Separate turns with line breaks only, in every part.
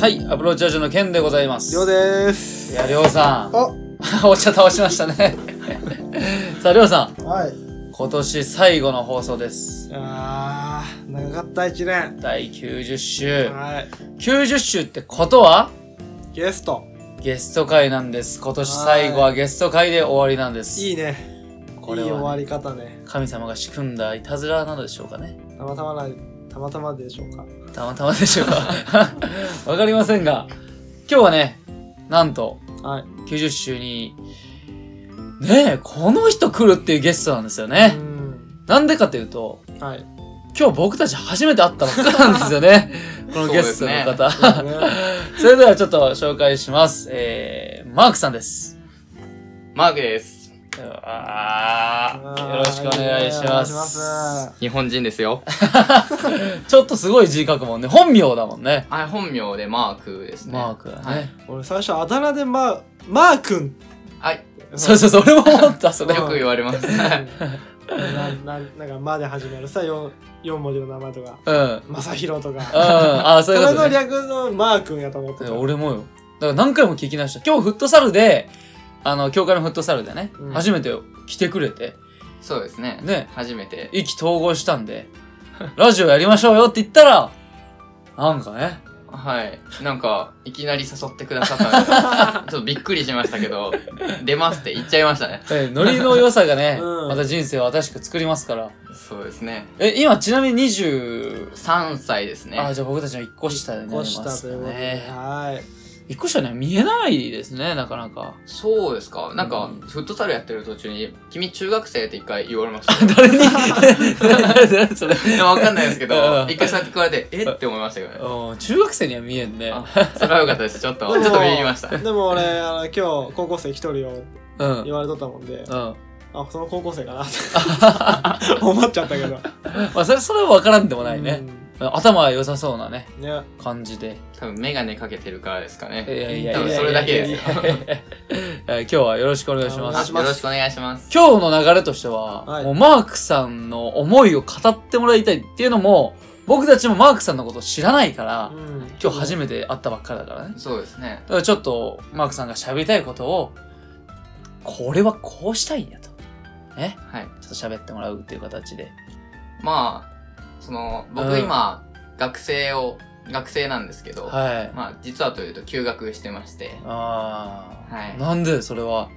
はい、アプローチラジオのケンでございます。
りょうです。
いや、りょうさ
あ、
ん。 お茶倒しましたね。 さあ、りょうさん。
はい。
今年最後の放送です。
あー、長かった一年。
第90週。
はい。
90週ってことは
ゲスト。
ゲスト会なんです。今年最後はゲスト会で終わりなんです。
いいね。
これ
いい終
は
わ
ね、
り方ね。
神様が仕組んだいたずらなのでしょうかね。
たまたまな、たまたまでしょうか。
たまたまでしょうか。 わかりませんが、今日はね、なんと、
はい。
90週に、ねえ、この人来るっていうゲストなんですよね
う。ん。
なんでかというと、
はい。
今日僕たち初めて会ったばっかなんですよね。 このゲストの方。 そ,、
そうですね
れではちょっと紹介します。えー、マークさんです。
マークです。
あーよろしくお願いし
お願
ま
いします。
す。
日本人ですよ。
ちょっとすごい字書くもんね。本名だもんね。
あ、本名でマークですね。
マークはね。
はい
俺最初あだ名でま、マー君。
はい。
そうそうそう、俺も思った、それ。
よく言われ ます。
な、な、なんか、まで始まるさ、四、四文字の名前とか、
うん。うん。
まさひろとか。
あー、 そ
そ
ういう
れ
こと、ね
の。略のマー君やと思ってた。
俺もよ。だから何回も聞き直した。今日フットサルで、あの、教会のフットサルでね、
うん
初めて来てくれて、
そうですね。
ね
初めて。
意気投合したんで、ラジオやりましょうよって言ったら、なんかね、
はい。なんか、いきなり誘ってくださったんで、ちょっとびっくりしましたけど、出ますって言っちゃいましたね。
えノリの良さが ね、
うん
また人生を新しく作りますから。
そうですね。
え、今ちなみに20、
3歳ですね。
あ、じゃあ僕たちの1個下でね。
越したということで。
ね。
はい。
1個下ね、見えないですね、なかなか。
そうですか。なんか
うん、
フットサルやってる途中に、君中学生って一回言われ ましたよ。
誰に誰誰それ。
いやわかんないですけど
う、ん
一回そうやって言われて、えって思いましたけどね。
うん中学生には見えんね。
あそれは良かった です。ちょっと、ちょっとビビりました。
でも俺、あの、今日、高校生来とるよって
うん。うん
言。われとったもんで、
ま
あ、その高校生かなって思っちゃったけど。
あ、それ、それは分からんでもないね。頭は良さそうなね、
うん。ね。
感じで。
多分メガネかけてるからですか
いや
ね。
い
多
やい
分
や
それだけですよ。
えー今日はよろしくお願いし
お
ま
願い
あ
す。
し
よ
ます
ろしくお願いします。
今日の流れとしては、
はい
もうマークさんの思いを語ってもらいたいっていうのも、僕たちもマークさんのことを知らないから、
うん
今日初めて会ったばっかりだからね。
そうですね
だ。からちょっと、マークさんが喋りたいことを、これはこうしたいんやと。ね。
はい。
ちょっと喋ってもらうっていう形で。
まあ、その、
う
僕
ん
今、学生を、学生なんですけど、
はい。
まあ、実はというと休学してまして、
ああ、
はい
なんでそれは。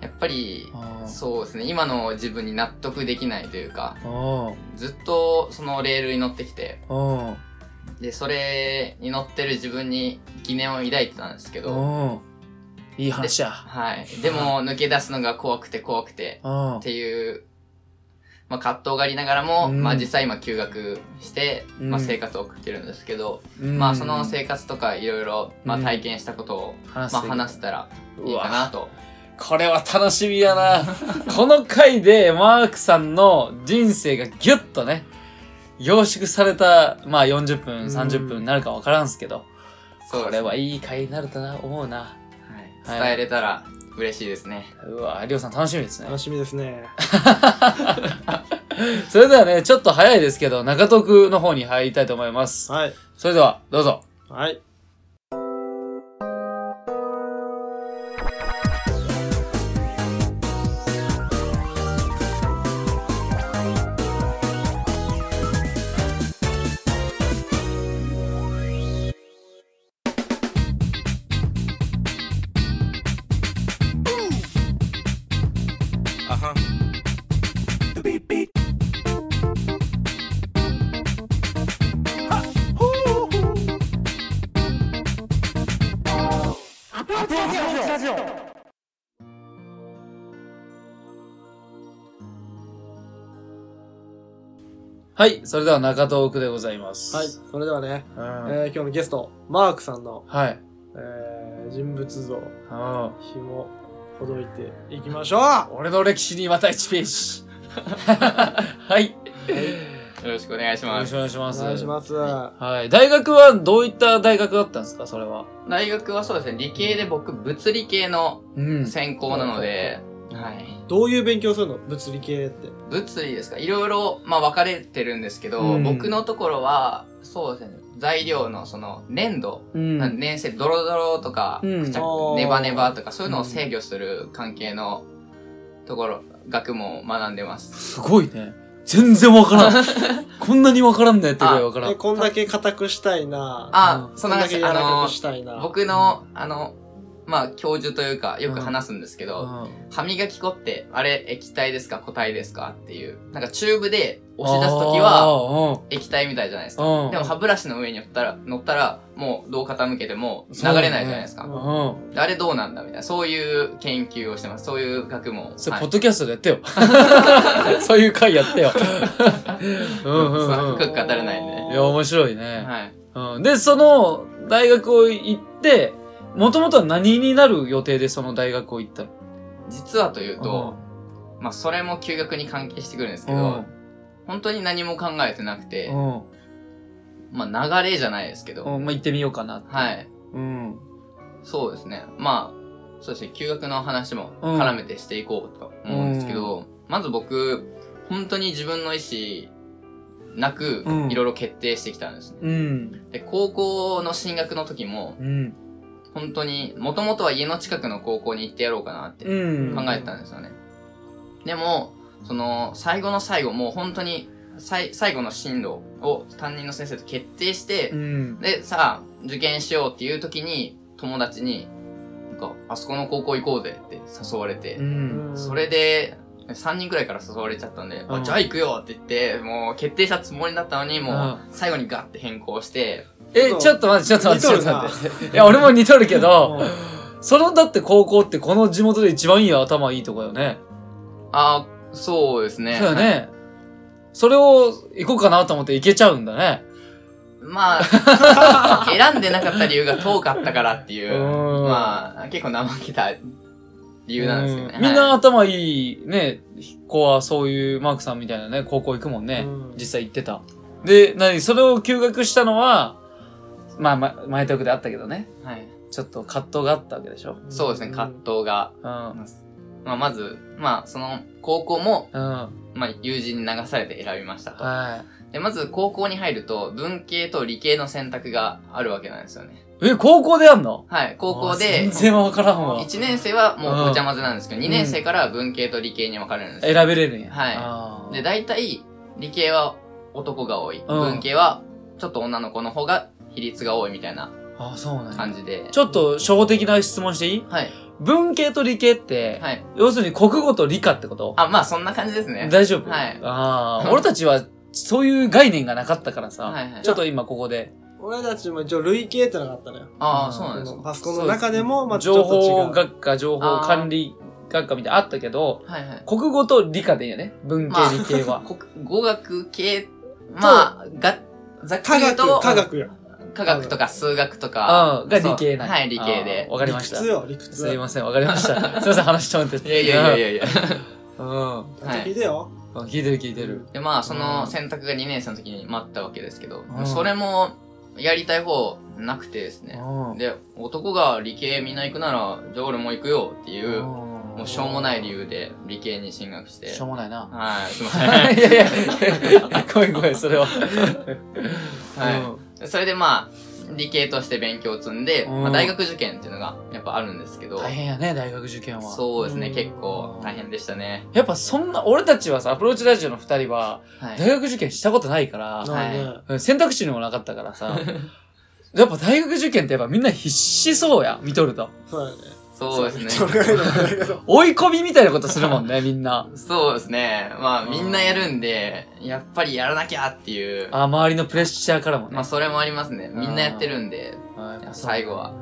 やっぱり、
あー
そうですね、今の自分に納得できないというか、
うん。
ずっとそのレールに乗ってきて、
うん。
で、それに乗ってる自分に疑念を抱いてたんですけど、
うん。いい話や。
はい。でも、抜け出すのが怖くて怖くて、
うん
っていう、まあ、葛藤がありながらも、
うん
まあ、実際今休学して、
うん
まあ、生活を送ってるんですけど、
うん。
まあ、その生活とかいろいろ、まあ、体験したことを、
話
まあ、話せたらいいかなと。
これは楽しみやな。この回でマークさんの人生がギュッとね、凝縮された、まあ40分、
うん
30分になるかわからんすけど、
そう
こ
で
れ
すね
はいい回になるとな、思うな。
はい、伝えれたら嬉しいですね。
うわ、りょうさん楽しみですね
楽。しみですね。
それではね、ちょっと早いですけど、中徳の方に入りたいと思います。
はい。
それでは、どうぞ。
はい。
はい、それでは中東区でございます。
はい。それではね、
うん。
えー今日のゲスト、マークさんの、
はい。
えー人物像、
うん
紐、ほどいていきましょうは
俺の歴史にまた1ページ。はい。
よろしくお願いし
よ
ま
ろし
す。
くお願いしま
お
す。
願いします。
はい。大学はどういった大学だったんですかそれは。
大学はそうですね、理系で僕、物理系の
うん。
専攻なので、はい。
どういう勉強するの物理系って。
物理ですかいろいろ、まあ、分かれてるんですけど、
うん
僕のところは、そうですね、材料のその粘土、
うん
なん、粘性ドロドロとか、
うん
くちゃ
あー
ネバネバとかそういうのを制御する関係のところ、学問を学んでます。
すごいね。全然わから ん。こんなにわからんねってぐらいわから
え
ん。
こんだけ硬くしたいな
あ、
うん
そ
こん
の
だけ柔
話、
ら
あ
か
の
くし、たいな
僕の、あの、まあ、教授というか、よく話すんですけど、
うん
歯磨き粉って、あれ、液体ですか固体ですかっていう。なんかチューブで押し出すときは、液体みたいじゃないです
あ
か。
ー、うん。うん
でも歯ブラシの上に乗ったら、乗ったら、もうどう傾けても流
そうだね
れないじゃないですか。
うん
うん。
あれどうなんだみたいな。そういう研究をしてます。そういう学問を。
それ、
はい
ポッドキャストでや ってよ。そういう回やってよ。うんうんうん。
深く語れないんでね
いや、面白いね。
はい。
うん、で、その大学を行って、もともとは何になる予定でその大学を行ったの
実はというと、まあ、それも休学に関係してくるんですけど、本当に何も考えてなくて
う、ん。
まあ、流れじゃないですけ
う
ど、
ん。まあ、行ってみようかな。
はい。
うん。
そうですね。まあ、そうですね。休学の話も絡めてしていこうと思うんですけど、まず僕、本当に自分の意思なく
う、ん
いろいろ決定してきたんですね。
うん。
で、高校の進学の時も、
うん。
本当に、もともとは家の近くの高校に行ってやろうかなって
うん。
考えてたんですよね。でも、その、最後の最後、もう本当に、最最後の進路を担任の先生と決定して、
うん。
で、さあ、受験しようっていう時に、友達に、なんか、あそこの高校行こうぜって誘われて、
うん。
それで、3人くらいから誘われちゃったんで、あ
うん
じゃあ行くよって言って、もう決定したつもりだったのに、も
う
う最後にガッて変更して、
え、ちょっと待って、ちょっと待って、ちょっと
似とるな
待って。いや、俺も似とるけ
う
ど、
ん
その、だって高校ってこの地元で一番いい頭いいとこよね。
ああ、そうですね。
そうよね。それを行こうかなと思って行けちゃうんだね。
まあ、選んでなかった理由が遠かったからっていう、
うん
まあ、結構怠けた理由なんですよね。
うみんな
はい
頭いいね、子はそういうマークさんみたいなね、高校行くもんね。
うん
実際行ってた。で、なに、それを休学したのは、まあ、ま、前トークであったけどね。
はい。
ちょっと葛藤があったわけでしょ。
そうですね、葛藤が
うん。
まあ、まず、まあ、その、高校も、
うん。は
まあ、友人に流されて選びましたと。
い。
で、まず、高校に入ると、文系と理系の選択があるわけなんですよね。
え、高校でやんの
はい、高校
あ
で
全、然わからんわ。
1年生はも
うん
うごちゃ混ぜなんですけど、2年生から文系と理系に分かれるんですよ。
選べれるんや。
はい
あー
で、大体、理系は男が多い。
うん
文系は、ちょっと女の子の方が比率が多いみたいな
あ、そうなんや。
感じで。
ちょっと、初歩的な質問していい
はい、
文系と理系って、
はい。
要するに国語と理科ってこと
あ、まあ、そんな感じですね。
大丈夫
はい
ああ、俺たちは、そういう概念がなかったからさ、
はいはい
ちょっと今ここで、
俺たちも一応類型ってのがあったのよ
あ
う
あ、
ん
そうなんです
その
か。
パソコンの中でもまあちょ
情
っと違う
報学科、情報管理学科みたいなのあったけど、
はいはい。
国語と理科でいいよね。文系
まあ、
理系 は。
国語学系、まあ、が、ざっく
科
り言う
学
と、
科学よ
科学とか数学と
あ
か
あ、、が理系
そ
な
うんはい、理系
あー
で。
わかりました
理屈。よ理 屈
すいません、わかりました。すいません、話し止めて。
いやいやいやいやい
うん。うん。
ちゃんと聞いてよ
聞いてる聞いてる。
や。で、まあ、そうの
ん
選択が2年生の時に待ったわけですけど
う、ん
それも、やりたい方、なくてですね。
うん
で、男が理系みんな行くなら、じゃあ俺も行くよっていうう、
ん
もうしょうもない理由で理系に進学して。
しょうもないな。
はい、すいま
い
せん。は
やいやい や、ごめんごめん、そ れは。
い。 それでまあ、理系として勉強を積んで、
うん
まあ、大学受験っていうのがやっぱあるんですけ
うん
ど、
大変やね、大学受験は。
そうですね、
うん
結構大変でしたね。
やっぱそんな、俺たちはさ、アプローチラジオの二人は、
はい。
大学受験したことないから、
なるほどね
うん選択肢にもなかったからさ、 やっぱ大学受験ってやっぱみんな必死そうや、見とると。
そうだね
そうです
そ
ね。
れぐらいのだけど
追い込みみたいなことするもん ね、みんな。
そうですね。まあ、みんなやるんで、やっぱりやらなきゃっていう、
あ、周りのプレッシャーからもね。
まあ、それもありますね。みんなやってるんで、
あやっぱそう
最後は。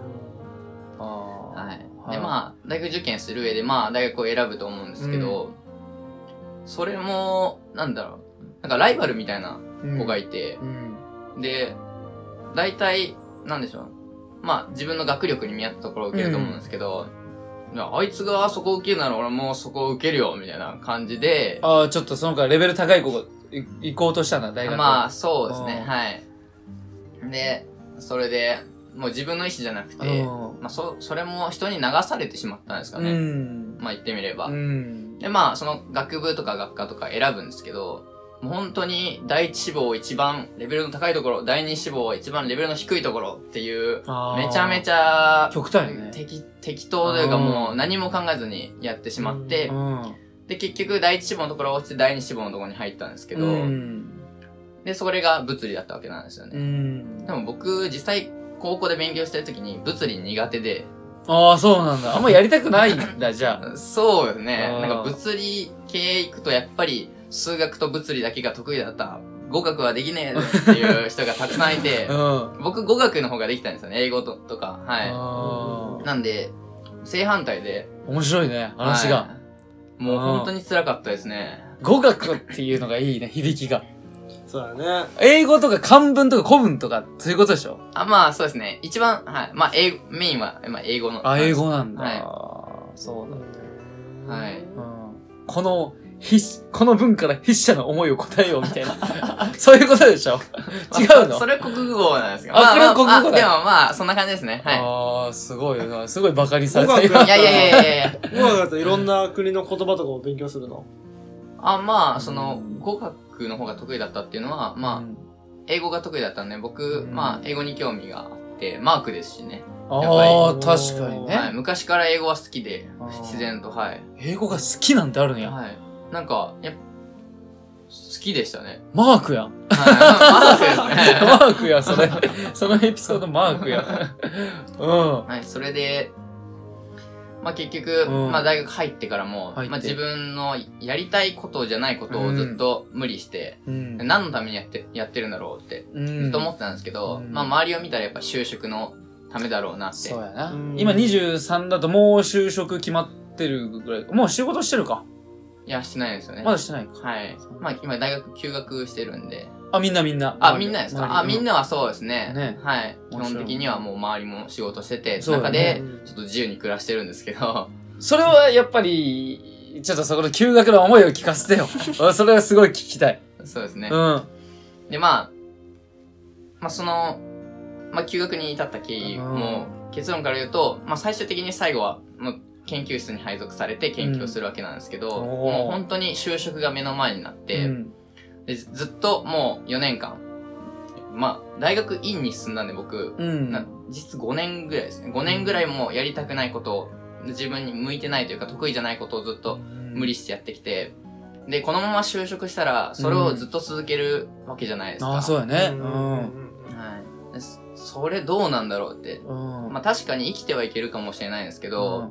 あー
はい。
はい
で、まあ、大学受験する上で、まあ、大学を選ぶと思うんですけど、それも、なんだろう。なんか、ライバルみたいな子がいて、
うん。
で、大体、なんでしょう。まあ、自分の学力に見合ったところを受けると思うんですけど、いやあいつがそこを受けるなら俺もそこを受けるよ、みたいな感じで、
ああ、ちょっとその子はレベル高い子がい行こうとしたんだ、大学。
まあ、そうですね
う、ん
はい。で、それで、もう自分の意思じゃなくて、
う
まあ、そ、それも人に流されてしまったんですか
ん。う
ね。
ん。
まあ、言ってみれば
う。ん。
で、まあ、その学部とか学科とか選ぶんですけど、もう本当に第一志望一番レベルの高いところ、第二志望一番レベルの低いところっていう、
あー
めちゃめちゃ、
極端よね
適適当というか
うん
もう何も考えずにやってしまって、
うん
で、結局第一志望のところ落ちて第二志望のところに入ったんですけど、
うん
で、それが物理だったわけなんですよ
う
ね。
ん
でも僕、実際高校で勉強してる時に物理苦手で、
ああそうなんだあんまやりたくないんだじゃ
そうよね
あ。ー
なんか物理系行くとやっぱり数学と物理だけが得意だった。語学はできねえっていう人がたくさんいて、
あ うん
僕語学の方ができたんですよね。英語ととか。は
あ
い。
ー
なんで、正反対で。
面白いね話
は
が
いもう本当に辛かったですね。
語学っていうのがいいね響きが
そうだね。
英語とか漢文とか古文とかそういうことでしょ
あ、まあそうですね。一番、はい。まあ英語、メインは、まあ英語の。
あ英語なんだ、
はい
そうなんだ
はい。
うんこの筆、この文から筆者の思いを答えようみたいな。そういうことでしょ 違う
まあ
の
それ国語なんですけど。
あ
ま
これは国語
まあ
だ
でもまあ、そんな感じですね。は
ああ、すごいよな。すごいバカにされた
語学
い。いやいやいやいやいや。
語学だといろんな国の言葉とかを勉強するの。
あ、まあ、その、語学の方が得意だったっていうのは、まあ、英語が得意だったんで、僕、
うん
まあ、英語に興味があって、マークですしね。
あ、
やっぱり
あー、確かに
はい。
ね。
昔から英語は好きで
あー、
自然と、はい。
英語が好きなんてあるんや。
はい。なんか、やっぱ好きでしたね。
マークや ん。
はい。マークです ね。
マークや、それ。そのエピソードマークや。うん。
はい、それで、まあ結局、
うん
まあ大学入ってからも、
入って
まあ自分のやりたいことじゃないことをずっと無理して、
うん。
何のためにやって、やってるんだろうって、
うん
ずっと思ってたんですけど、
うん
まあ周りを見たらやっぱ就職のためだろうなって。
そうやな
うん。
今23だともう就職決まってるぐらい。もう仕事してるか。
いや、してないですよね。
まだしてないか。
はい。まあ今大学休学してるんで。
あ、みんなみんな。
あ、みんなですかあ、みん
な。
なはそうですね。
ね
はい。基
面白い
本的にはもう周りも仕事してて、
そうだ
中
ね
でちょっと自由に暮らしてるんですけど、
それはやっぱり、ちょっとそこの休学の思いを聞かせ てよ。あそれはすごい聞きたい。
そうですね。
うん。
で、まあ、まあその、まあ休学に至った経緯
うん
も、結論から言うと、まあ最終的に最後は、もう研究室に配属されて研究をするわけなんですけど、
うん
もう本当に就職が目の前になって、
うん
でずずっともう4年間、まあ大学院に進んだんで僕、
うん。
な実質5年ぐらいですね5年ぐらいもやりたくないことを自分に向いてないというか得意じゃないことをずっと無理してやってきてでこのまま就職したらそれをずっと続けるわけじゃないですか、
ああ、そうやね。
う
うんん。
はいでそそれどうなんだろうって
うん。
まあ確かに生きてはいけるかもしれないんですけど、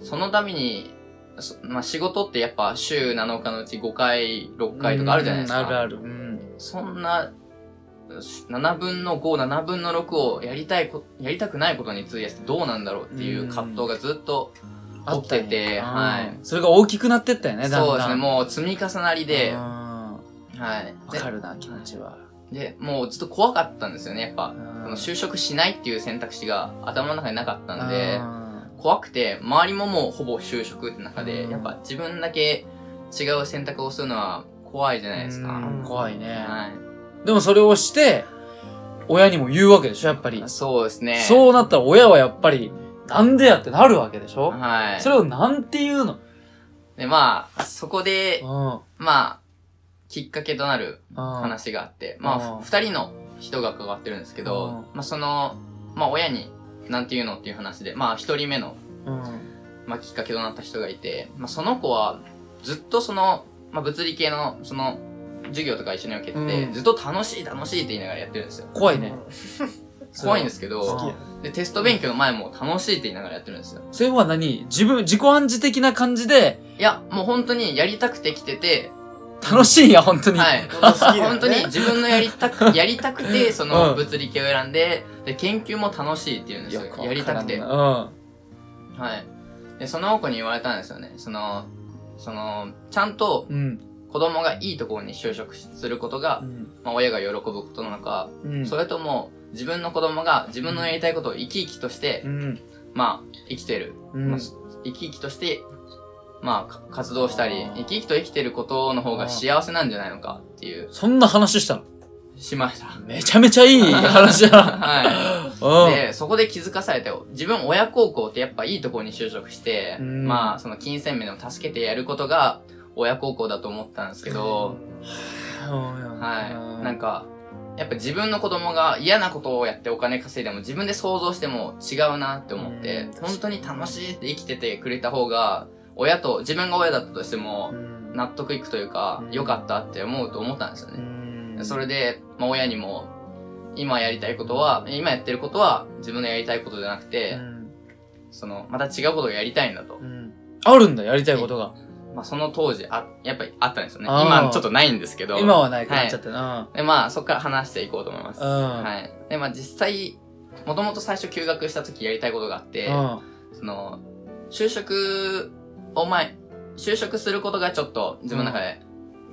そのためにそまあ、仕事ってやっぱ週7日のうち5回6回とかあるじゃないですか、
うんあるある。うん。
そんな、7分の5、7分の6をやりたいこ、やりたくないことに費やしてどうなんだろうっていう葛藤がずっと起きてて、
あったん
は
や
い
うん。それが大きくなってったよね、だんだん。
そうですね、もう積み重なりで、
うん
は
わ
い。
かるな、気持ちは。
で、でもうずっと怖かったんですよね、やっぱ。その
う
就職しないっていう選択肢が頭の中になかったんで、
ん
怖くて、周りももうほぼ就職って中
う
で、
ん
やっぱ自分だけ違う選択をするのは怖いじゃないですか。
うん怖いね。
は
でもそれをして、親にも言うわけでしょ、やっぱり
い。。そうですね。
そうなったら親はやっぱり、なんでやってなるわけでしょ
はい。
それをなんて言うの
で、まあ、そこで、
うん。
まあ、きっかけとなる
話
話があって、ま
うん
あ、ふ二人の人が関わってるんですけど
う、
まあ、その、まあ、親に、なんて言うのっていう話で、まあ、一人目の、
うん。
まあ、きっかけとなった人がいて、まあ、その子は、ずっとその、まあ、物理系の、その、授業とか一緒に受けてて、
うん
ずっと楽しい楽しいって言いながらやってるんですよ。
怖いね。
怖いんですけ
そう
ど、
好きや。
で、テスト勉強の前も楽しいって言いながらやってるんですよ。
それは何自分、自己暗示的な感じで、
いや、もう本当にやりたくて来てて、
楽しいんや、本当に。
はい。
好きだよね
本当に自分のやり たく、やりたくて、そうの
ん
物理系を選んで、で、研究も楽しいって言うんですよ。
よくわからんな
やりたくて。
う
は
ん。
い。で、その子に言われたんですよね。その、その、ちゃんと
うん。
子供がいいところに就職することが、まあ親が喜ぶことなのか、
うん。
それとも自分の子供が自分のやりたいことを生き生きとして、
うん。
まあ生きてる。
うん
まあ生き生きとして、まあか活動したり
あー、
生き生きと生きてることの方が幸せなんじゃないのかっていう、
そんな話したの
し ました。
めちゃめちゃいい話だ
はい。
な。うん。
で、そこで気づかされて、自分親孝行ってやっぱいいところに就職して、
うん
まあ、その金銭面を助けてやることが、親孝行だと思ったんですけど、はい。なんか、やっぱ自分の子供が嫌なことをやってお金稼いでも自分で想像しても違うなって思って
うん、
本当に楽しいって生きててくれた方が、親と、自分が親だったとしても、納得いくというか
う、ん
良かったって思うと思ったんですよね。それで、まあ親にも、今やりたいことは、今やってることは自分のやりたいことじゃなくて、その、また違うことをやりたいんだと。
あるんだ、やりたいことが。
まあその当時、あ、やっぱりあったんですよね。
あー
今ちょっとないんですけど。
今はないくなっちゃってな。
で、まあ、そこから話していこうと思います。
うん
はい。で、まあ、実際、もともと最初休学した時やりたいことがあって、
う
その、就職を前、就職することがちょっと自分の中で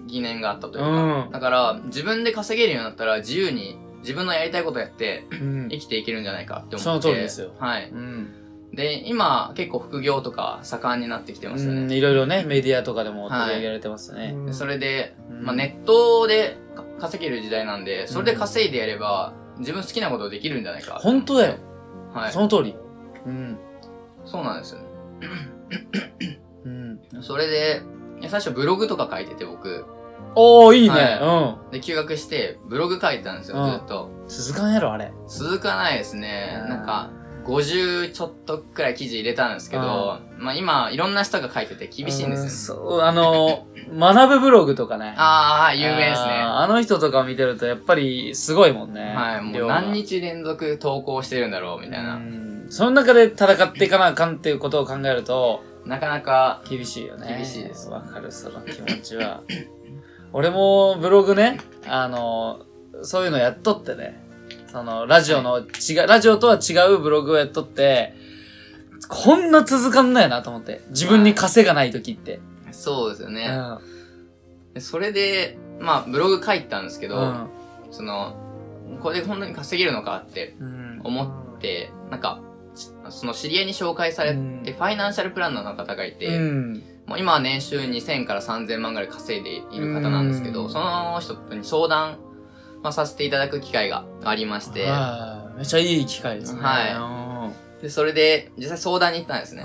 疑念があったというか、
うん
だから、自分で稼げるようになったら自由に自分のやりたいことやって
ん。
生きていけるんじゃないかって思って。
その通りですよ
はい。
うん。
で、今、結構副業とか盛んになってきてますよね。
うんいろいろね、メディアとかでも取り上げられてますね。
でそれで、
うん
まあ、ネットでか稼げる時代なんで、それで稼いでやれば、自分好きなことできるんじゃないか。
本当だよ。。
はい。
その通り。うん。
そうなんですよね。
うん。
それで、いや最初ブログとか書いてて僕、
おー、いいね。
はで、休学して、ブログ書いてたんですよ、
うん
ずっと。
うん。続かんやろ、あれ。
続かないですね。なんか、50ちょっとくらい記事入れたんですけど、まあ今、いろんな人が書いてて厳しいんで
うん
すよね。
そう、あの、学ぶブログとかね。
ああ、有名ですね。
あーあの人とか見てるとやっぱりすごいもんね。
はい、も
量
う
が
何日連続投稿してるんだろう、みたいな。
うんその中で戦っていかなあかんっていうことを考えると、
なかなか、
厳しいよね。
厳しいです
わかる、その気持ちは。 俺もブログね、あの、そういうのやっとってね。その、ラジオの違う、ラジオとは違うブログをやっとって、こんな続かんないなと思って。自分に稼がない時って。
そうですよね。
うん
でそれで、まあ、ブログ書いたんですけど、
うん
その、これで本当に稼げるのかって
うん。
思って、なんか、ちその知り合いに紹介されて、
うん
ファイナンシャルプランナーの方がいて、
うん。
もう今は年収2000から3000万ぐらい稼いでいる方なんですけど、
うん
その人に相談、まあ、させていただく機会がありまして、
あーめっちゃいい機会ですね。
はで、それで実際相談に行ったんです
い
ね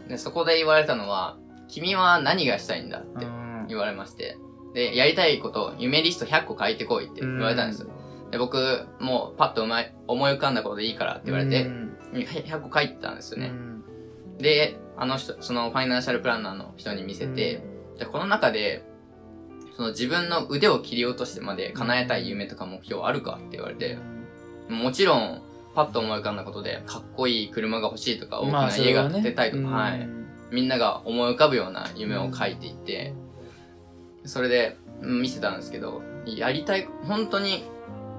う。ん。
で、そこで言われたのは、君は何がしたいんだって
うん
言われまして、で、やりたいこと、夢リスト100個書いてこいって言われたんですよ。で、僕、もうパッと思い思い浮かんだことでいいからって言われて、100個書いてたんですよね。で、あの人、そのファイナンシャルプランナーの人に見せて、で、この中で、その自分の腕を切り落としてまで叶えたい夢とか目標あるかって言われて、もちろん、パッと思い浮かんだことで、かっこいい車が欲しいとか、大きな家が建てたいとか、はい。みんなが思い浮かぶような夢を書いていって、それでうん見せたんですけど、やりたい、本当に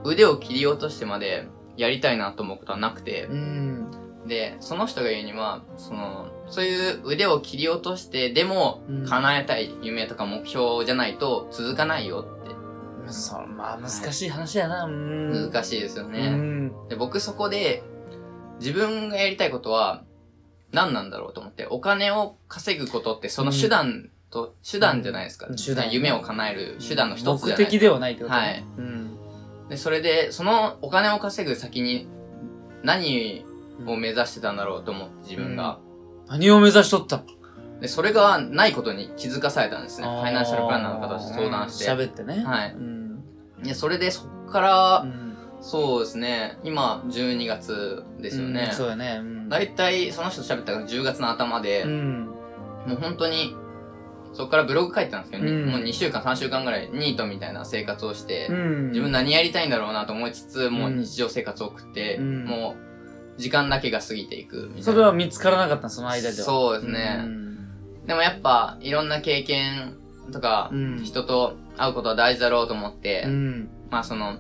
腕を切り落としてまでやりたいなと思うことはなくて、
うん
で、その人が言うには、その、そういう腕を切り落としてでも
うん
叶えたい夢とか目標じゃないと続かないよって
そうまあ難しい話やな難
難しいですよ
う
ね。
ん
で、僕そこで自分がやりたいことは何なんだろうと思って、お金を稼ぐことってその手段と、手段じゃないですか。
手段
夢を叶える手段の一つじ
目
ゃない
的ではないってことね
はい
うん
で、それで、そのお金を稼ぐ先に何を目指してたんだろうと思って自分が。
何を目指しとった
で、それがないことに気づかされたんですね。フ
あー
ァイナンシャルプランナーの方と相談して。
喋ってね
はい
うん
いや、それでそっか
う
ら、
ん
そうですね、今12月ですよね
うん。そうやねうん
だいたいその人と喋ったのが10月の頭で、
うん
もう本当に、そっからブログ書いてたんですけど、
うん
もう2週間、3週間ぐらいニートみたいな生活をして、
うん
自分何やりたいんだろうなと思いつつ、もう
うん
日常生活を送って、
うん
もう時間だけが過ぎていくみたいな。
それは見つからなかったその間では
そうですね。でもやっぱ、いろんな経験とか、
うん
人と会うことは大事だろうと思って、
うん
まあその、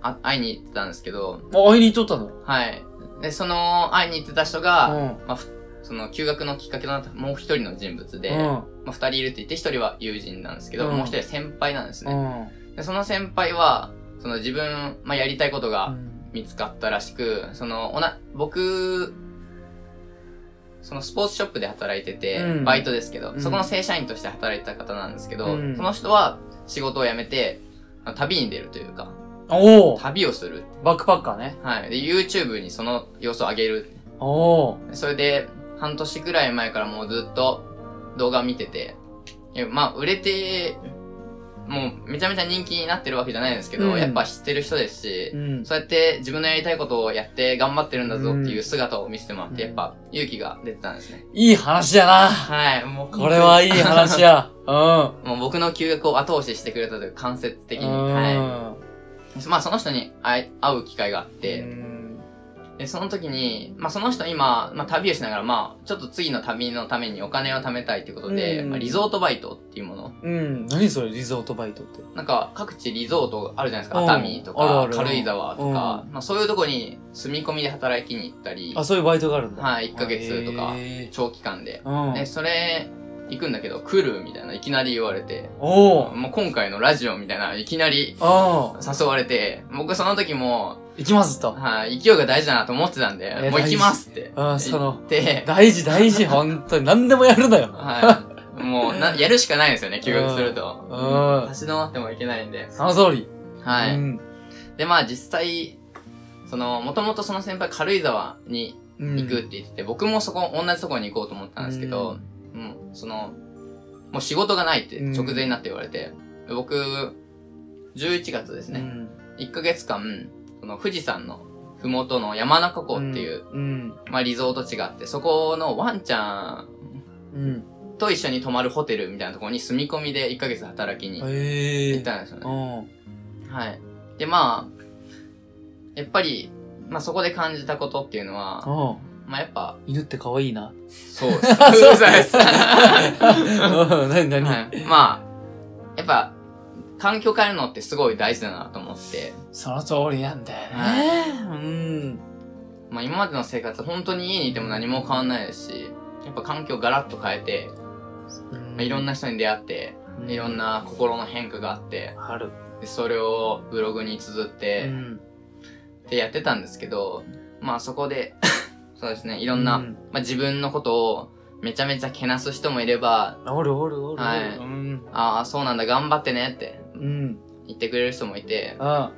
あ、会いに行ってたんですけど、
あ会いに行っとったの
はい。で、その、会いに行ってた人が、
うん
まあ、ふその、休学のきっかけとなったもう一人の人物で、
うん
まあ二人いるって言って、一人は友人なんですけど、
うん
もう一人は先輩なんです
う
ね。
ん
で、その先輩は、その自分、まあやりたいことが、
うん
見つかったらしく、その、おな、僕、そのスポーツショップで働いてて、
うん
バイトですけど、
うん
そこの正社員として働いてた方なんですけど、
うん
その人は仕事を辞めて、旅に出るというか、
おお
旅をする。
バックパッカーね
はい。で、YouTube にその様子を上げる。
おお
それで、半年くらい前からもうずっと動画見てて、えまあ、売れて、もうめちゃめちゃ人気になってるわけじゃないんですけど、
うん
やっぱ知ってる人ですし、
うん。
そうやって自分のやりたいことをやって頑張ってるんだぞっていう姿を見せてもらって、
うん
やっぱ勇気が出てたんですね。
いい話やな。
はい、もう
これはいい話や。 うん。
もう僕の休学を後押ししてくれたという間接的に、
う
は
ん
い。まあその人に会い会う機会があって、
うん
で、その時に、まあその人今、まあ旅をしながら、まあちょっと次の旅のためにお金を貯めたいってことで、
うん
まあリゾートバイトっていうもの。
うん。何それ、リゾートバイトって。
なんか各地リゾートあるじゃないです
うん
か。熱海と
ある
か
あ、る
軽井沢とか
う、
まあそういうとこに住み込みで働きに行ったり
あ、、そういうバイトがあるんだ。
はい、1ヶ月とか、
へー
長期間で。
うん。
で、それ、行くんだけど、来るみたいな、いきなり言われて、
おお。
もう今回のラジオみたいな、いきなり
ああ。
誘われて、僕その時も、
行きますと。
はい、勢いが大事だなと思ってたんで、
えー
もう行きますって。
あーその
言って、
大事、大事、本当に。何でもやるなよ。
はい。もうな、やるしかないですよね、休学すると。
うんうん
立ち止まってもいけないんで。
その通り。
は
う
い。
ん
で、まあ実際、その、もともとその先輩軽井沢に行くって言ってて、僕もそこ、同じとこに行こうと思ったんですけど、もう、その、もう仕事がないって直前になって言われて、僕、11月で
う
す
ん。う
ね、
ん
1ヶ月間、その富士山の麓の山中湖っていう、。
うん。
まあリゾート地があって、そこのワンちゃん
うん。
と一緒に泊まるホテルみたいなところに住み込みで1ヶ月働きに
へえ。
行ったんですよね。
うん。
はい。で、まあ、やっぱり、まあそこで感じたことっていうのは、
うん。
まあやっ ぱ、
犬って可愛いな。
そうです。そうです。
うん 何何
はい、まあ、やっぱ、環境変えるのってすごい大事だなと思って、
その通りなんだよね。うん。
まあ今までの生活、本当に家にいても何も変わんないですし、やっぱ環境ガラッと変えて、まあいろんな人に出会って、
う
いろん。な心の変化があって、
ある。
でそれをブログに綴って、
うん
ってやってたんですけど、まあそこで、 そうですね、いろんな、
うん
まあ自分のことをめちゃめちゃけなす人もいれば、
おるおるおるおる。
はい
うん。
ああ、そうなんだ、頑張ってねって
うん。
言ってくれる人もいて、
あ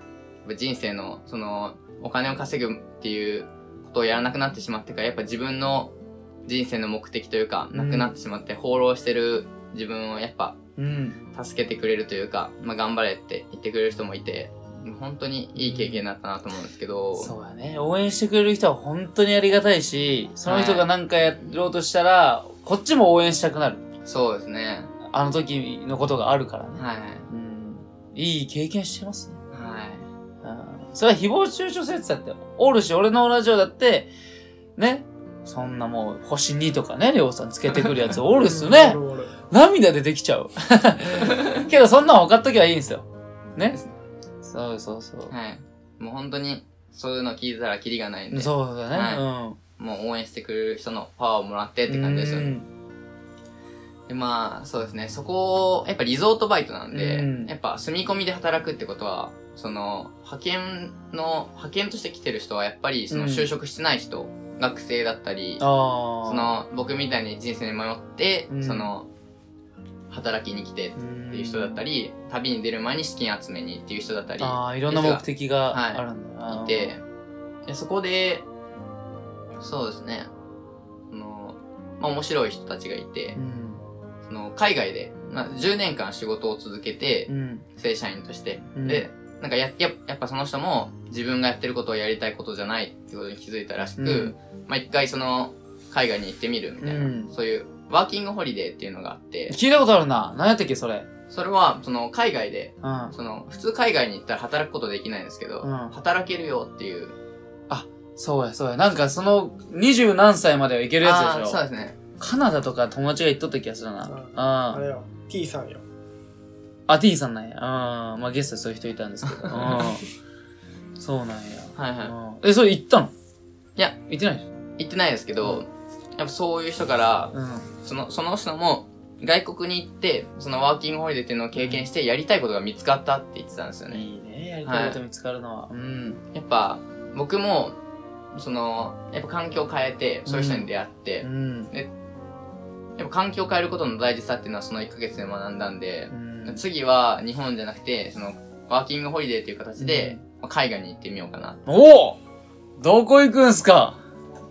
人生の、その、お金を稼ぐっていうことをやらなくなってしまってから、やっぱ自分の人生の目的というか、
うん
なくなってしまって、放浪してる自分をやっぱ
うん。
助けてくれるというか、まあ頑張れって言ってくれる人もいて、本当にいい経験だったなと思うんですけど、
そうやね。応援してくれる人は本当にありがたいし、その人が何かやろうとしたら、こっちも応援したくなる。
そうですね。
あの時のことがあるからね。
はい。
うん。いい経験してますね。
はい。
うんそれは誹謗中傷するやつだって、おるし、俺のラジオだって、ね、そんなもう、星2とかね、りょうさんつけてくるや つおるっすよね
う。んおるおる
涙出てきちゃう。けど、そんなん分かっときゃいいんですよ。ね
ですね。
そうそうそう。
はい。もう本当に、そういうの聞いてたらキリがないんで、
そうだね。
はい
うん。
もう応援してくれる人のパワーをもらってって感じですよね。で、まあ、そうですね。そこを、やっぱリゾートバイトなんで、
うん
やっぱ住み込みで働くってことは、その、派遣の、派遣として来てる人は、やっぱり、その
うん
就職してない人、学生だったり、
ああ。
そ、の、僕みたいに人生に迷って、
うん
その、働きに来てっ
って
いう人だった。り、旅に出る前に資金集めにっていう人だったり、
ああ、いろんな目的があるんだな。
いて、でそこで、そうですね、あの、まあ、面白い人たちがいて
う、ん。
その、海外で、まあ、10年間仕事を続けて
う、ん。
正社員として、
うん
で、なんかや、ややっぱその人も自分がやってることをやりたいことじゃないってことに気づいたらしく、
うん
まあ、一回その、海外に行ってみるみたいな、
うん
そういう、ワーキングホリデーっていうのがあって、
聞いたことあるな。何やったっけ、それ。
それは、その、海外で、
うん。
その、普通海外に行ったら働くことできないんですけど、
うん
働けるよっていう、
そうや、そうや。なんかその、二十何歳まではいけるやつで
あー
し
そう
ょ。
ですね。
カナダとか友達が行っとった気がする
う
な。
あ
うん。
れよ T さんよ
あ、T さんなんや。うん。まあゲストでそういう人いたんですけど。うん。 そうなんや。
はいはい。
うんえ、それ行ったの
いや、
行ってないでしょ。
行ってないですけど、やっぱそういう人から、
うん。
その、その人も、外国に行って、そのワーキングホリデーっていうのを経験して、やりたいことが見つかったって言ってたんですよね。
いいね、やりたいこと見つかるのは。うん。
やっぱ、僕も、その、やっぱ環境を変えて、そういう人に出会って、
うん。
やっぱ環境を変えることの大事さっていうのはその1ヶ月で学んだんで
う、ん
次は日本じゃなくて、その、ワーキングホリデーという形で、まあ海外に行ってみようかな。
おおどこ行くんすか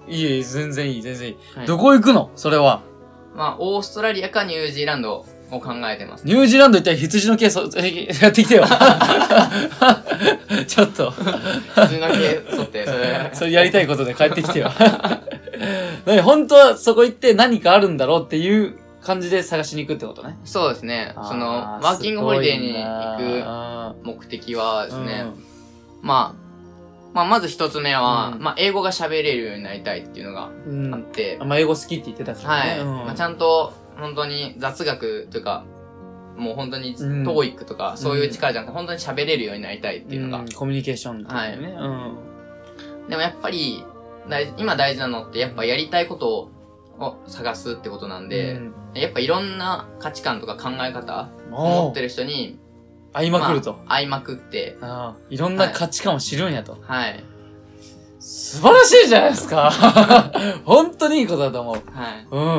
いいえ、全然いい、全然いい。
はい
どこ行くのそれは。
まあ、オーストラリアかニュージーランドを考えて ます。
ニュージーランド行ったら羊の毛そ やってきてよ。 ちょっと、
羊の毛剃って、そ れ。
それやりたいことで帰ってきてよ。 なに本当はそこ行って何かあるんだろうっていう感じで探しに行くってことね。
そうですね。その、
あ
ワーキングホリデーに
すごい
行
な
く目的はですね、
うん
まあ、まあ、まず一つ目は、
うん
まあ、英語が喋れるようになりたいっていうのが
うん
あって、
あんま英語好きって言ってたから
は
ね。
い。
うん
まあ、ちゃんと、本当に雑学というか、もう本当に、ト
うん
ーイックとか、そういう力じゃなくて、本当に喋れるようになりたいっていうのが。
んコミュニケーションっていうね。うん
でもやっぱり、大事今大事なのって、やっぱやりたいことを探すってことなんで、
うん
やっぱいろんな価値観とか考え方を持
も
ってる人に、
う、会いまくると。
まあ会いまくって、
ああいろんな価値観を知るんやと。
はい。
素晴らしいじゃないですか。 本当にいいことだと思う。
はい。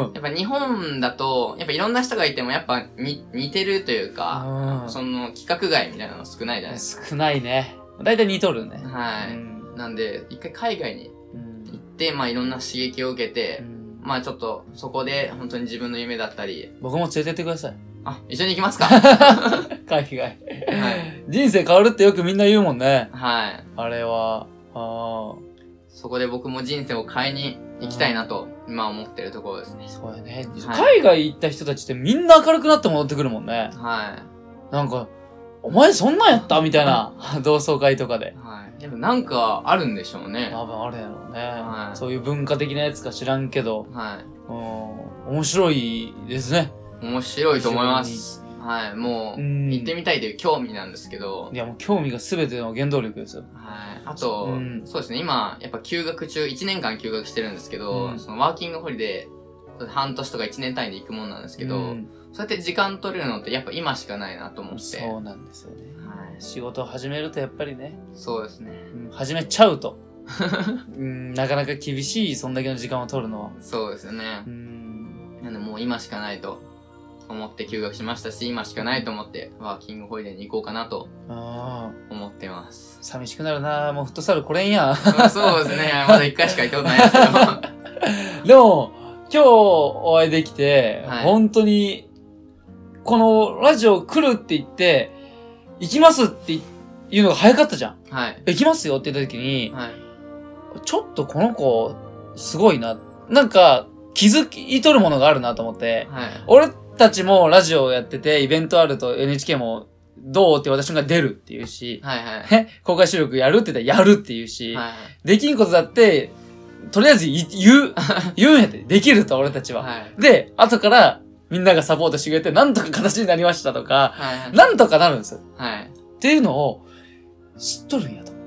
うん。
やっぱ日本だと、やっぱいろんな人がいても、やっぱに似てるというか、
うん
その規格外みたいなの少ないじゃないです
少ないね。だいたい似とるね
か。。は
う
い。
ん
なんで、一回海外に
うん
行って、まあいろんな刺激を受け
う
て、
ん
まあちょっとそこで本当に自分の夢だったり、
僕も連れてってください。
あ、一緒に行きますかは
海外。
い。
人生変わるってよくみんな言うもんね。
はい。
あれは。あ
そこで僕も人生を変えに行きたいなと、今思ってるところですね。
あ。そうやね。
は
海外行った人たちってみんな明るくなって戻ってくるもんね。
は
なんか、お前そんなんやったみたいな。同窓会とかで
い。。はい。でもなんかあるんでしょうね。
多分あれやろうね、
はい
そういう文化的なやつか知らんけど、
は
うん、面白いですね。
い。面白いと思います。はい。もう、
うん
行ってみたいという興味なんですけど、
いや、もう興味が全ての原動力ですよ。
はい。あと、
うん
そうですね、今、やっぱ休学中、1年間休学してるんですけど、
うん
そのワーキングホリデー、半年とか1年単位で行くもんなんですけど、
うん
そうやって時間取れるのってやっぱ今しかないなと思って。
そうなんですよね。
はい。
仕事を始めるとやっぱりね、
そうですね。
うん始めちゃう と、うん、なかなか厳しい、そんだけの時間を取るのは。
そうですよね
う。ん、
なんでもう今しかないと思って休学しましたし、今しかないと思ってワーキングホリデーに行こうかなと
あ
思って ます。
寂しくなるなもうフットサルこれんや ん。
そうですね。まだ1回しか行ったことないですけど。
でも、今日お会いできて、
はい
本当に、このラジオ来るって言って、行きますって言うのが早かったじゃん。
はい。
行きますよって言った時に、
はい。
ちょっとこの子、すごいな。なんか、気づき取るものがあるなと思って、
はい。
俺たちもラジオやってて、イベントあると NHK も、どうって私が出るって言うし、
はいはい。
ね公開収録やるって言ったらやるって言うし、
はい
できんことだって、とりあえずい言 う、言うんやって、できると俺たちは。
はい。
で、後からみんながサポートしてくれて、なんとか形になりましたとか、
はいはい。
なんとかなるんですよ。
はい。
っていうのを知っとるんやと思っ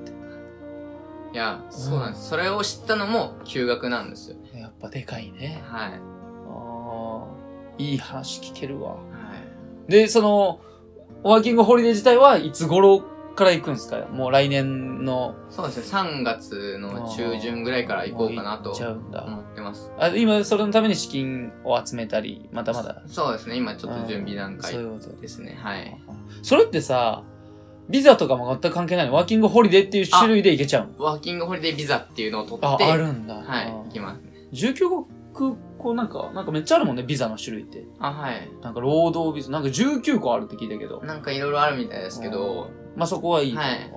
いや、そうなんです。それを知ったのも休学なんですよね。
て。やっぱでかいね。
はい。
あーいい話聞けるわ。
はい。
で、その、ワーキングホリデー自体はいつ頃から行くんですかもう来年の。
そうですね。3月の中旬ぐらいから行こうかな
も
と
行っちゃうんだ。
思ってます。
あ今、それのために資金を集めたり、まだまだ。
そうですね。今ちょっと準備段
そうい
階
うこと
ですね。はい。。
それってさ、ビザとかも全く関係ないのワーキングホリデーっていう種類で行けちゃうの
ワーキングホリデービザっていうのを取って、
あ、あ
は
るんだ。
い、
あ
行きますね。
19国こうなんか、なんかめっちゃあるもんね、ビザの種類って。
あ、はい。
なんか労働ビザ、なんか19個あるって聞いたけど。
なんかいろいろあるみたいですけど、
まあそこはいいと。
はい
あ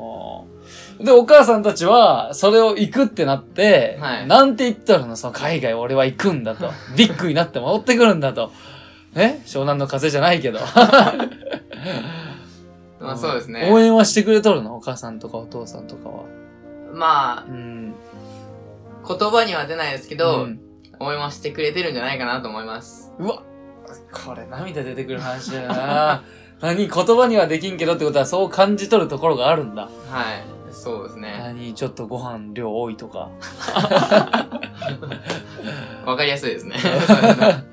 ーで、お母さんたちは、それを行くってなって、
はい
なんて言ったらの、その海外俺は行くんだと。 ビッグになって戻ってくるんだと。ね湘南の風じゃないけど。
まあそうです
応
ね。
援はしてくれとるのお母さんとかお父さんとかは。
まあ、
うん。
言葉には出ないですけど、
ん
応援はしてくれてるんじゃないかなと思います。
うわこれ涙出てくる話だよな 何言葉にはできんけどってことはそう感じ取るところがあるんだ。
はい。そうですね。
何ちょっとご飯量多いと か。
わかりやす いですね。そうですね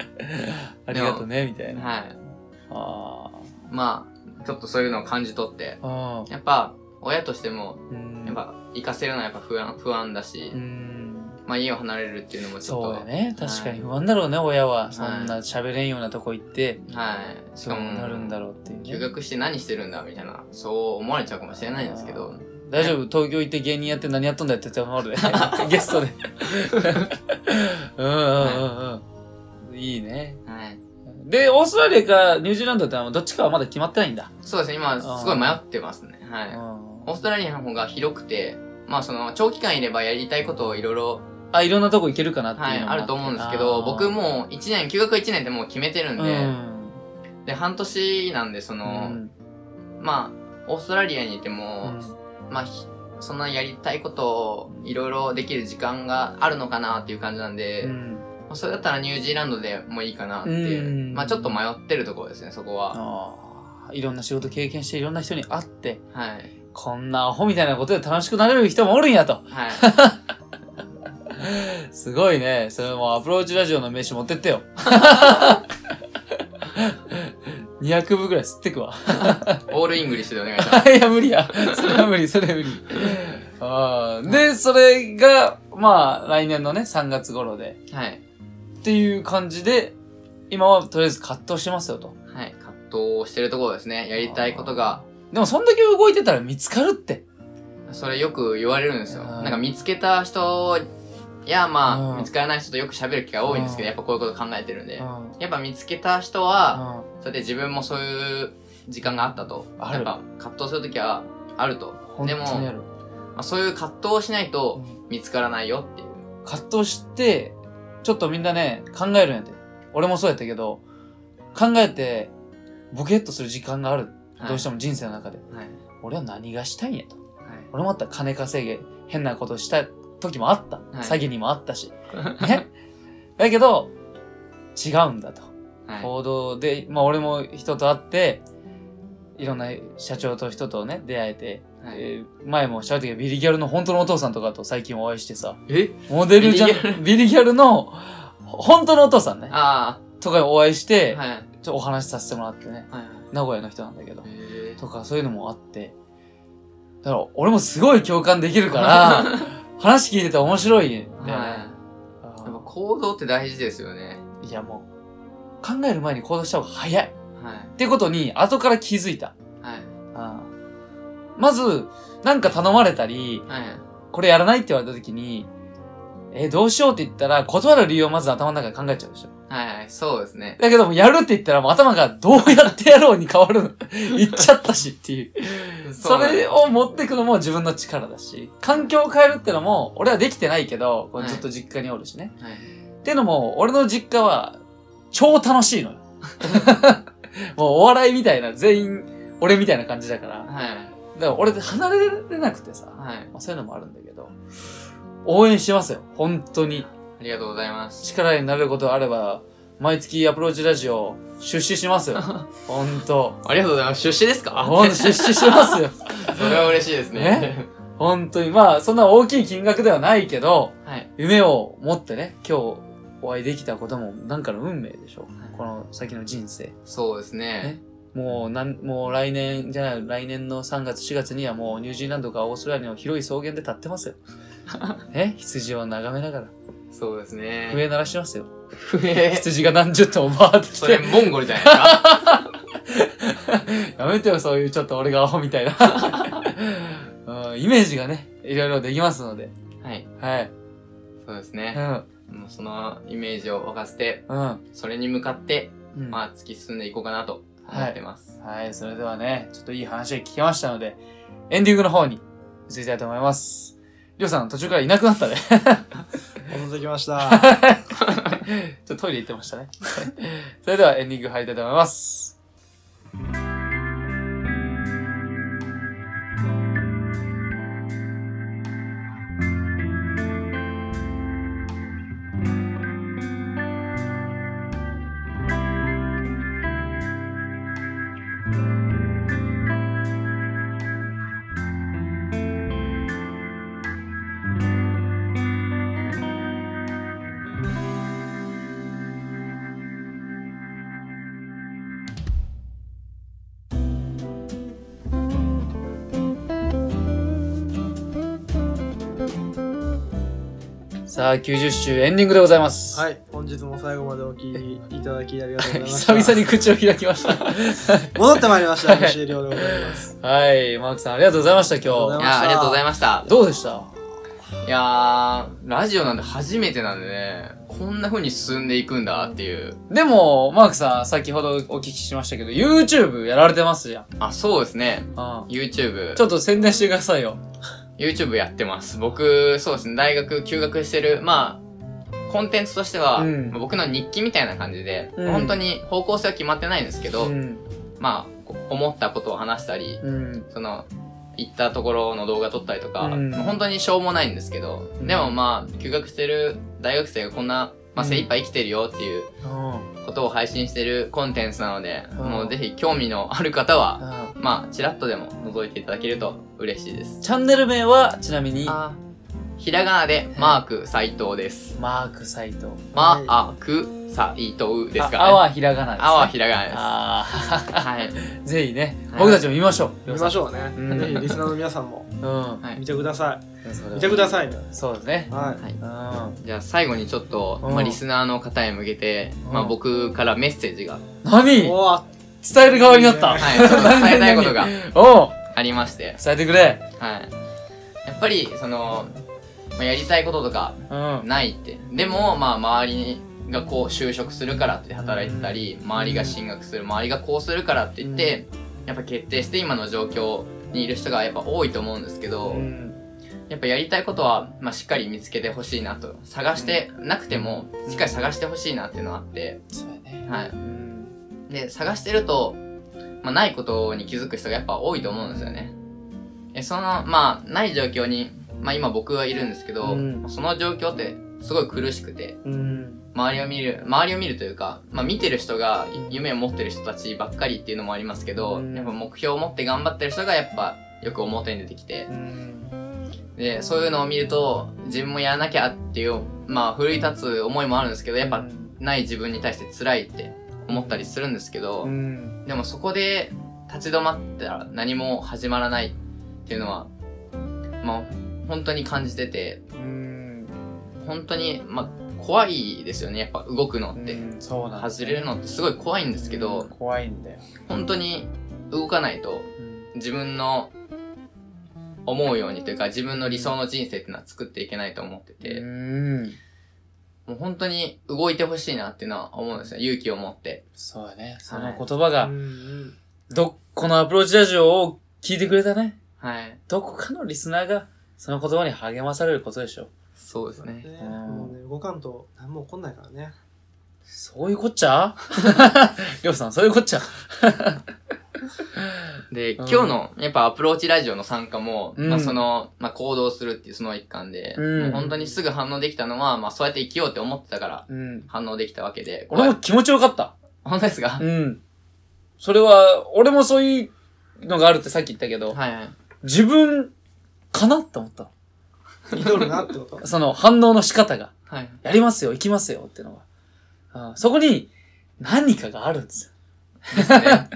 ありがとね、みたいな。
はい。
あ
まあ、ちょっとそういうのを感じ取って、
あ。
やっぱ、親としても、
うん。
やっぱ、行かせるのはやっぱ不安、不安だし
う、ん。
まあ家を離れるっていうのもちょっと。
そうだね。確かに不安だろうね、親は。そんな喋れんようなとこ行って、
はい。し
そう
かも、
なるんだろうっていう
休
ね。
学して何してるんだみたいな、そう思われちゃうかもしれないんですけど、
大丈夫東京行って芸人やって何やっとんだよって言ってもらうで。 ゲスト で。うんうんうんうん。いいね。
はい。
で、オーストラリアかニュージーランドってのはどっちかはまだ決まってないんだ。
そうですね、今、すごい迷ってますね。は
う
い。
ん
オーストラリアの方が広くて、まあその、長期間いればやりたいことをいろいろ、
あ、いろんなとこ行けるかなって
はいい、
うのも
あると思うんですけど、僕もう1年、休学1年ってもう決めてるん
う
で、
ん。
で、半年なんで、そうの、
ん
まあ、オーストラリアにいても、まあ、ひそんなやりたいことをいろいろできる時間があるのかなっていう感じなんで、
うん
まあそれだったらニュージーランドでもいいかなっていう、
うん
まあちょっと迷ってるところですね、そこは。
あーいろんな仕事経験していろんな人に会って、
はい。
こんなアホみたいなことで楽しくなれる人もおるんやと。
はい。
すごいね。それもアプローチラジオの名刺持ってってよ。200部ぐらい吸ってくわ。
オールイングリッシュでお願いします。
いや、無理や。それは無理、それは無理。あーで、それが、まあ、来年のね、3月頃で。
はい。
っていう感じで、今はとりあえず葛藤してますよと。
はい。葛藤をしてるところですね。やりたいことが、
でも、そんだけ動いてたら見つかるって。
それよく言われるんですよ。
あー
なんか見つけた人や、ま
う
あ、
ん
見つからない人とよく喋る機会多いんですけ
うん
ど、やっぱこういうこと考えてるんで。
ん。
やっぱ見つけた人は、それで自分もそういう時間があったと。
ある
やっぱ葛藤するときはあると。
本
で
当にや
も、
る。
まあ、そういう葛藤をしないと見つからないよっていう。
葛藤して、ちょっとみんなね、考えるんやて。俺もそうやったけど、考えて、ボケっとする時間がある。どうして
も。
も人生の中で。
はい。
俺は何がしたいんやと。
は
俺もあった金稼げ、変なことした時もあった。
い
詐欺にもあった し。ね。だけど、違うんだと。
い。はい。
行動で、まあ俺も人と会って、いろんな社長と人とね、出会えて、
はい、
えー前も喋ったけど、ビリギャルの本当のお父さんとかと最近お会いしてさ、
え
モデルじゃん
ビリギ、
ビリギャルの、本当のお父さんね、
あ
とかにお会いし
あ、
て、
はい。
ちょっとお話しさせてもらってね、
はい。
名古屋の人なんだけど、
えー
とかそういうのもあって、だから俺もすごい共感できる から、話聞いてて面白いんだよね。
はい。
あ
やっぱ行動って大事ですよね。
ーいやもう、考える前に行動した方が早い。っ
はい。
てことに、後から気づいた。
はい。
あーまず、なんか頼まれたり、
はい。
これやらないって言われた時に、えーどうしようって言ったら、断る理由をまず頭の中で考えちゃうでしょ。
はいはい。そうですね。
だけども、やるって言ったら、もう頭がどうやってやろうに変わるの。言っちゃったしっていう。
そ
そう
なんで
れ
す
を持っていくのも自分の力だし、環境を変えるってのも、俺はできてないけど、こう
はい
ずっと実家におるしね。
はい。
ってのも、俺の実家は、超楽しいのよ。もうお笑いみたいな、全員、俺みたいな感じだから。だか
はい。
ら俺離れられなくてさ、ま
はい。
あ、そういうのもあるんだけど、応援してますよ。本当に。
ありがとうございます。
力になれることがあれば、毎月アプローチラジオ出資します よ。ほんと。
ありがとうございます。出資です
あ、
か
ほんと出資しますよ。
それは嬉しいですね。
ほんとに。まあ、そんな大きい金額ではないけど、
はい。
夢を持ってね、今日お会いできたこともなんかの運命でしょ
はい。
この先の人生。
そうですね。
もう、なん、もう来年じゃない、来年の3月、4月にはもうニュージーランドかオーストラリアの広い草原で立って ますよ。ね、羊を眺めなが
そうです
ら、
ね。
笛鳴らしてますよ。
え
羊が何十頭回ってき
それ、
て。
モンゴルじゃないです か
やめてよ、そういうちょっと俺がアホみたいな。 うん、イメージがね、いろいろできますので。
はい。
はい。
そうです
う
ね。
ん。
もうそのイメージを沸かせて、
うん。
それに向かって、
うん、
まあ、突き進んでいこうかなと思ってます。
はい、それではね、ちょっといい話が聞けましたので、エンディングの方に移りたいと思います。りょうさん、途中からいなくなったね。
戻ってきました。
ちょっとトイレ行ってましたね。 それではエンディング入りたいと思います。さあ、90週エンディングでございます。
はい、本日も最後までお聞きいただきありがとうございまし
久
た。
々に口を開きました。
戻ってまいりました。MC 亮でございます。
はい、マークさんありがとうございました、
ありがとうござい
今
ま
日。
す
いやありがとうございました。
どうでした
いやー、ラジオなんて初めてなんでね、こんな風に進んでいくんだっていう。
でも、マークさん、先ほどお聞きしましたけど、YouTube やられてますじゃん。
あ、そうですね。
うん。
YouTube
ち。ょっと宣伝してくださいよ。
YouTube やってます。僕、そうですね、大学休学してる、まあ、コンテンツとしては、
うん
僕の日記みたいな感じで、
うん
本当に方向性は決まってないんですけど、
ん。
まあ、こ思ったことを話したり、
うん。
その、行ったところの動画撮ったりとか、
うん
もう本当にしょうもないんですけど、
うん
でもまあ、休学してる大学生がこんな、まあ、
うん
精一杯生きてるよっていうことを配信してるコンテンツなので、
うん
もうぜひ興味のある方は、まあ、ちらっとでも覗いていただけると嬉しいです。
チャンネル名は、ちなみに、
あひらがなで、マーク斎藤です。
マークサイト。
マーク斎藤ですか
ああ
らね。
わひらがなです、ね。
あわひらがな
あ
です。はい。
ー ぜひね
は、い
僕たちも見ましょう。
見まし
ょ
ょうね、
うん
ぜひリスナーの皆さんも
う。うん。
はい
見てください見て
そ
くださいね
そうですね。
はい
はい
うん。
じゃあ最後にちょっと、
うん
まあ、リスナーの方へ向けて、
うん
まあ、僕からメッセージが、
何
おー
伝える側になった。
はい、 ちょっと伝えたいことが
おう
ありまして、
伝えてくれ。
はい。やっぱり、その、まあ、やりたいこととか
うん。
ないって。でも、まあ、周りがこう就職するからって働いてたり、周りが進学する、周りがこうするからって言って、やっぱ決定して今の状況にいる人がやっぱ多いと思うんですけど、
うん。
やっぱやりたいことは、まあ、しっかり見つけてほしいなと。探してなくても、しっかり探してほしいなっていうのがあって、
そうやね。
はい。
うん。
で、探してると、まあ、ないことに気づく人がやっぱ多いと思うんですよね。え、その、まあ、ない状況に、まあ今僕はいるんですけど、
うん
その状況ってすごい苦しくて、
うん。
周りを見る、周りを見るというか、まあ見てる人が夢を持ってる人たちばっかりっていうのもありますけど、
うん
やっぱ目標を持って頑張ってる人がやっぱよく表に出てきて
う、ん。
で、そういうのを見ると、自分もやらなきゃっていう、まあ奮い立つ思いもあるんですけど、やっぱない自分に対して辛いって思ったりするんですけど、
うん。
でもそこで立ち止まったら何も始まらないっていうのは、まあ、本当に感じてて、
うん。
本当に、まあ、怖いですよね、やっぱ動くのって。
うんそうなんだ
外れるのってすごい怖いんですけ
う
ど
ん、怖いんだよ。
本当に動かないと自分の思うようにというか自分の理想の人生っていうのは作っていけないと思って
う
て、
ん。
もう本当に動いてほしいなっていうのは思うんですよ、勇気を持って。
そうやね。その言葉が
う、ん
ど、このアプローチラジオを聞いてくれたね。
はい。
どこかのリスナーが、その言葉に励まされることでしょう。
そうです
うん
ね。
ねもうね動かんと何も起こんないからね
そういうこっちゃ りょうさん、そういうこっちゃ
で、
う
今
ん
日の、やっぱアプローチラジオの参加も、
うん
まあその、まあ行動するっていうその一環で、
うん
もう本当にすぐ反応できたのは、まあそうやって生きようって思ってたから、
うん。
反応できたわけで、こ
俺
れ
も、気持ちよかった。
本当ですか、
うん。それは、俺もそういうのがあるってさっき言ったけど、
はいはい。
自分、かなって思った
見とるなって こと
のその反応の仕方が。
はい。
やりますよ、行きますよっていうのが。うんそこに、何かがあるんですよ。
ね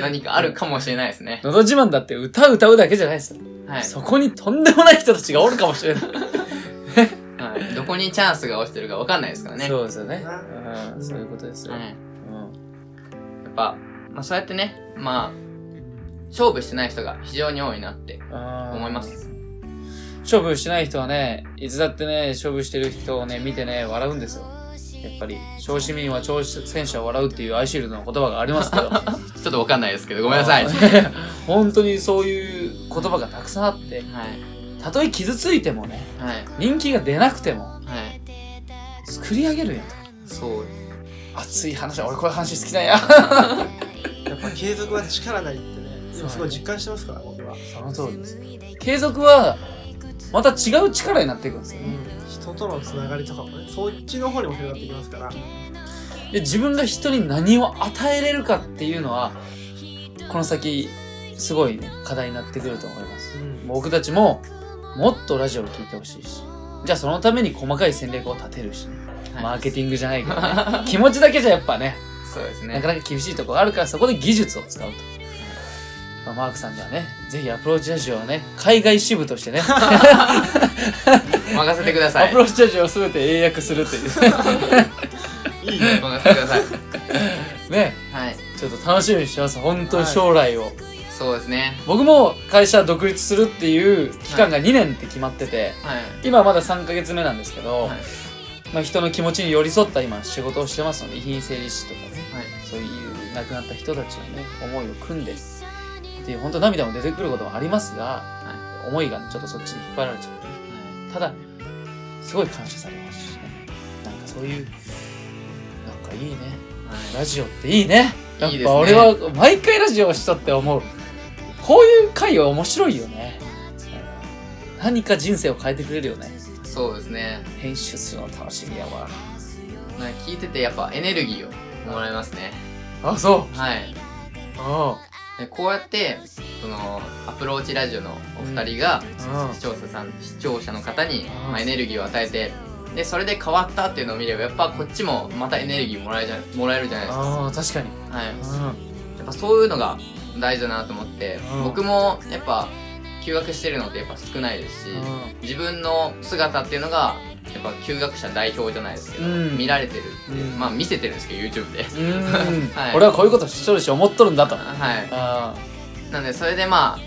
何かあるかもしれないですね。
のど自慢だって歌歌うだけじゃないですよ。
はい。
そこにとんでもない人たちがおるかもしれない。
はい、どこにチャンスが落ちてるか分かんないですからね。
そうですよね。
うん
うん、そういうことですよ。
は
う
い。や
ん。
っぱ、まあそうやってね、まあ、勝負してない人が非常に多いなって思
思
いま。す。
勝負しない人はね、いつだってね、勝負してる人をね、見てね、笑うんですよ。やっぱり、小市民は超選手は笑うっていうアイシールドの言葉がありますけど。ご
ちょっと分かんないですけど、ごめんなさい。はい。。
本当にそういう言葉がたくさんあって、たとえ傷ついてもね、
はい。
人気が出なくても、
はい。
作り上げるやんと。
そうです。
熱い話、俺こういう話好きなんや。
やっぱ継続は力なりってね今すごい実感してますから僕は、
その通りです。継続は、また違う力になっていくんですよ
う
ね。
ん、人とのつながりとかもねそっちの方にも広がってきますから
で自分が人に何を与えれるかっていうのはこの先すごいね課題になってくると思います
うん
僕たちももっとラジオを聞いてほしいしじゃあそのために細かい戦略を立てるし、
はい
マーケティングじゃないけどね気持ちだけじゃやっぱね
そうです
な
ね
か。なか厳しいところあるからそこで技術を使うと、まあ、マークさんにはねぜひアプローチラジオをね海外支部としてね
任せてくださ
ア
い。
プローチラジオを全て英訳するという
いいね
任せてください。
ね
はい。
ちょっと楽しみにしてます本当に将来を、
そうですね。
僕も会社独立するっていう期間が2年って決まってて、
はい。
今まだ3ヶ月目なんですけど、
はい
まあ、人の気持ちに寄り添った今仕事をしてますので遺品整理士とかね
はい。
そういう亡くなった人たちのね思いを組んでっていう本当涙も出てくることもありますが、思いがねちょっとそっちに引っ張られちゃうただすごい感謝されますしねなんかそういうなんかいいね
は
ラジオっていいねやっ
いいですね
ぱ俺は毎回ラジオをしたって思うこういう回は面白いよねうん何か人生を変えてくれるよね
い。そうですね。
編集するの楽しみやわ
なんか聞いててやっぱエネルギーをもらえますね。
あそ
はい。
うあ
でこうやって、その、アプローチラジオのお二人が、
あ
視聴者さん、視聴者の方に、
うん
まあ、エネルギーを与えて、で、それで変わったっていうのを見れば、やっぱこっちもまたエネルギーもらえじゃもらえるじゃないですか。
ああ確かに
はい。
う
やっぱそういうのが大事だなと思って、
うん
僕もやっぱ休学してるのってやっぱ少ないですし、自分の姿っていうのがやっぱ休学者代表じゃないですけど、
うん
見られてるっていう、
うん
まあ見せてるんですけど YouTube で
んうん
はい
俺はこういうことしとるし思っとるんだと
はい
あ
なんでそれでまあ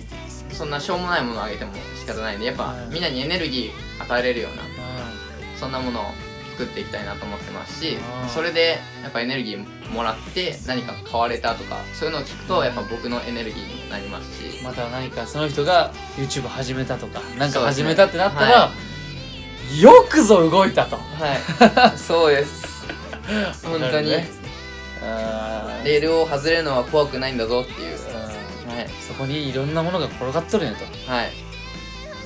そんなしょうもないものをあげても仕方ないんでやっぱ
うん
みんなにエネルギー与えれるような
あう
そんなものを作っていきたいなと思ってますし
うん
それでやっぱエネルギーもらって何か変われたとかそういうのを聞くとやっぱ僕のエネルギーにもなりますし
んまた何かその人が YouTube 始めたとかなんか
そうです
始
ね
めたってなったら、
は
よくぞ動いたと
はい、そうです。本
な
当
る
に、
ねあー
レールを外れるのは怖くないんだぞっていう。
うん
はい、
そこにいろんなものが転がっとるねと
はい、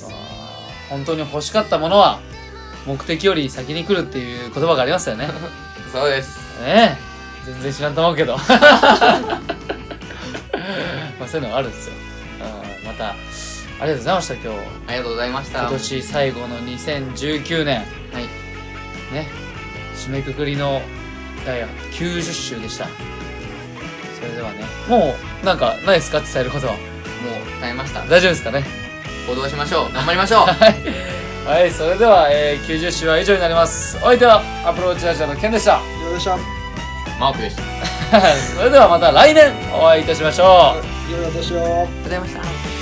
あー本当に欲しかったものは目的より先に来るっていう言葉があります よね
そうです。
ねえ全然知らんと思うけど まあそういうのがあるんですようんまたありがとうございました今日
ありがとうございました。
今
はい、
年最後の2019年ね締めくくりの第90週でしたそれではねもうなんかないですか伝えることは
もう伝えました。
大丈夫ですかね
行動しましょう。頑張りまし ょう。
はい、はい、それでは、えー90週は以上になりますお相手はアプローチラジオのケンでした
よっしゃ
マークでした。あ
それではまた来年お会いいたしましょう
よいお年を
りがとうございました。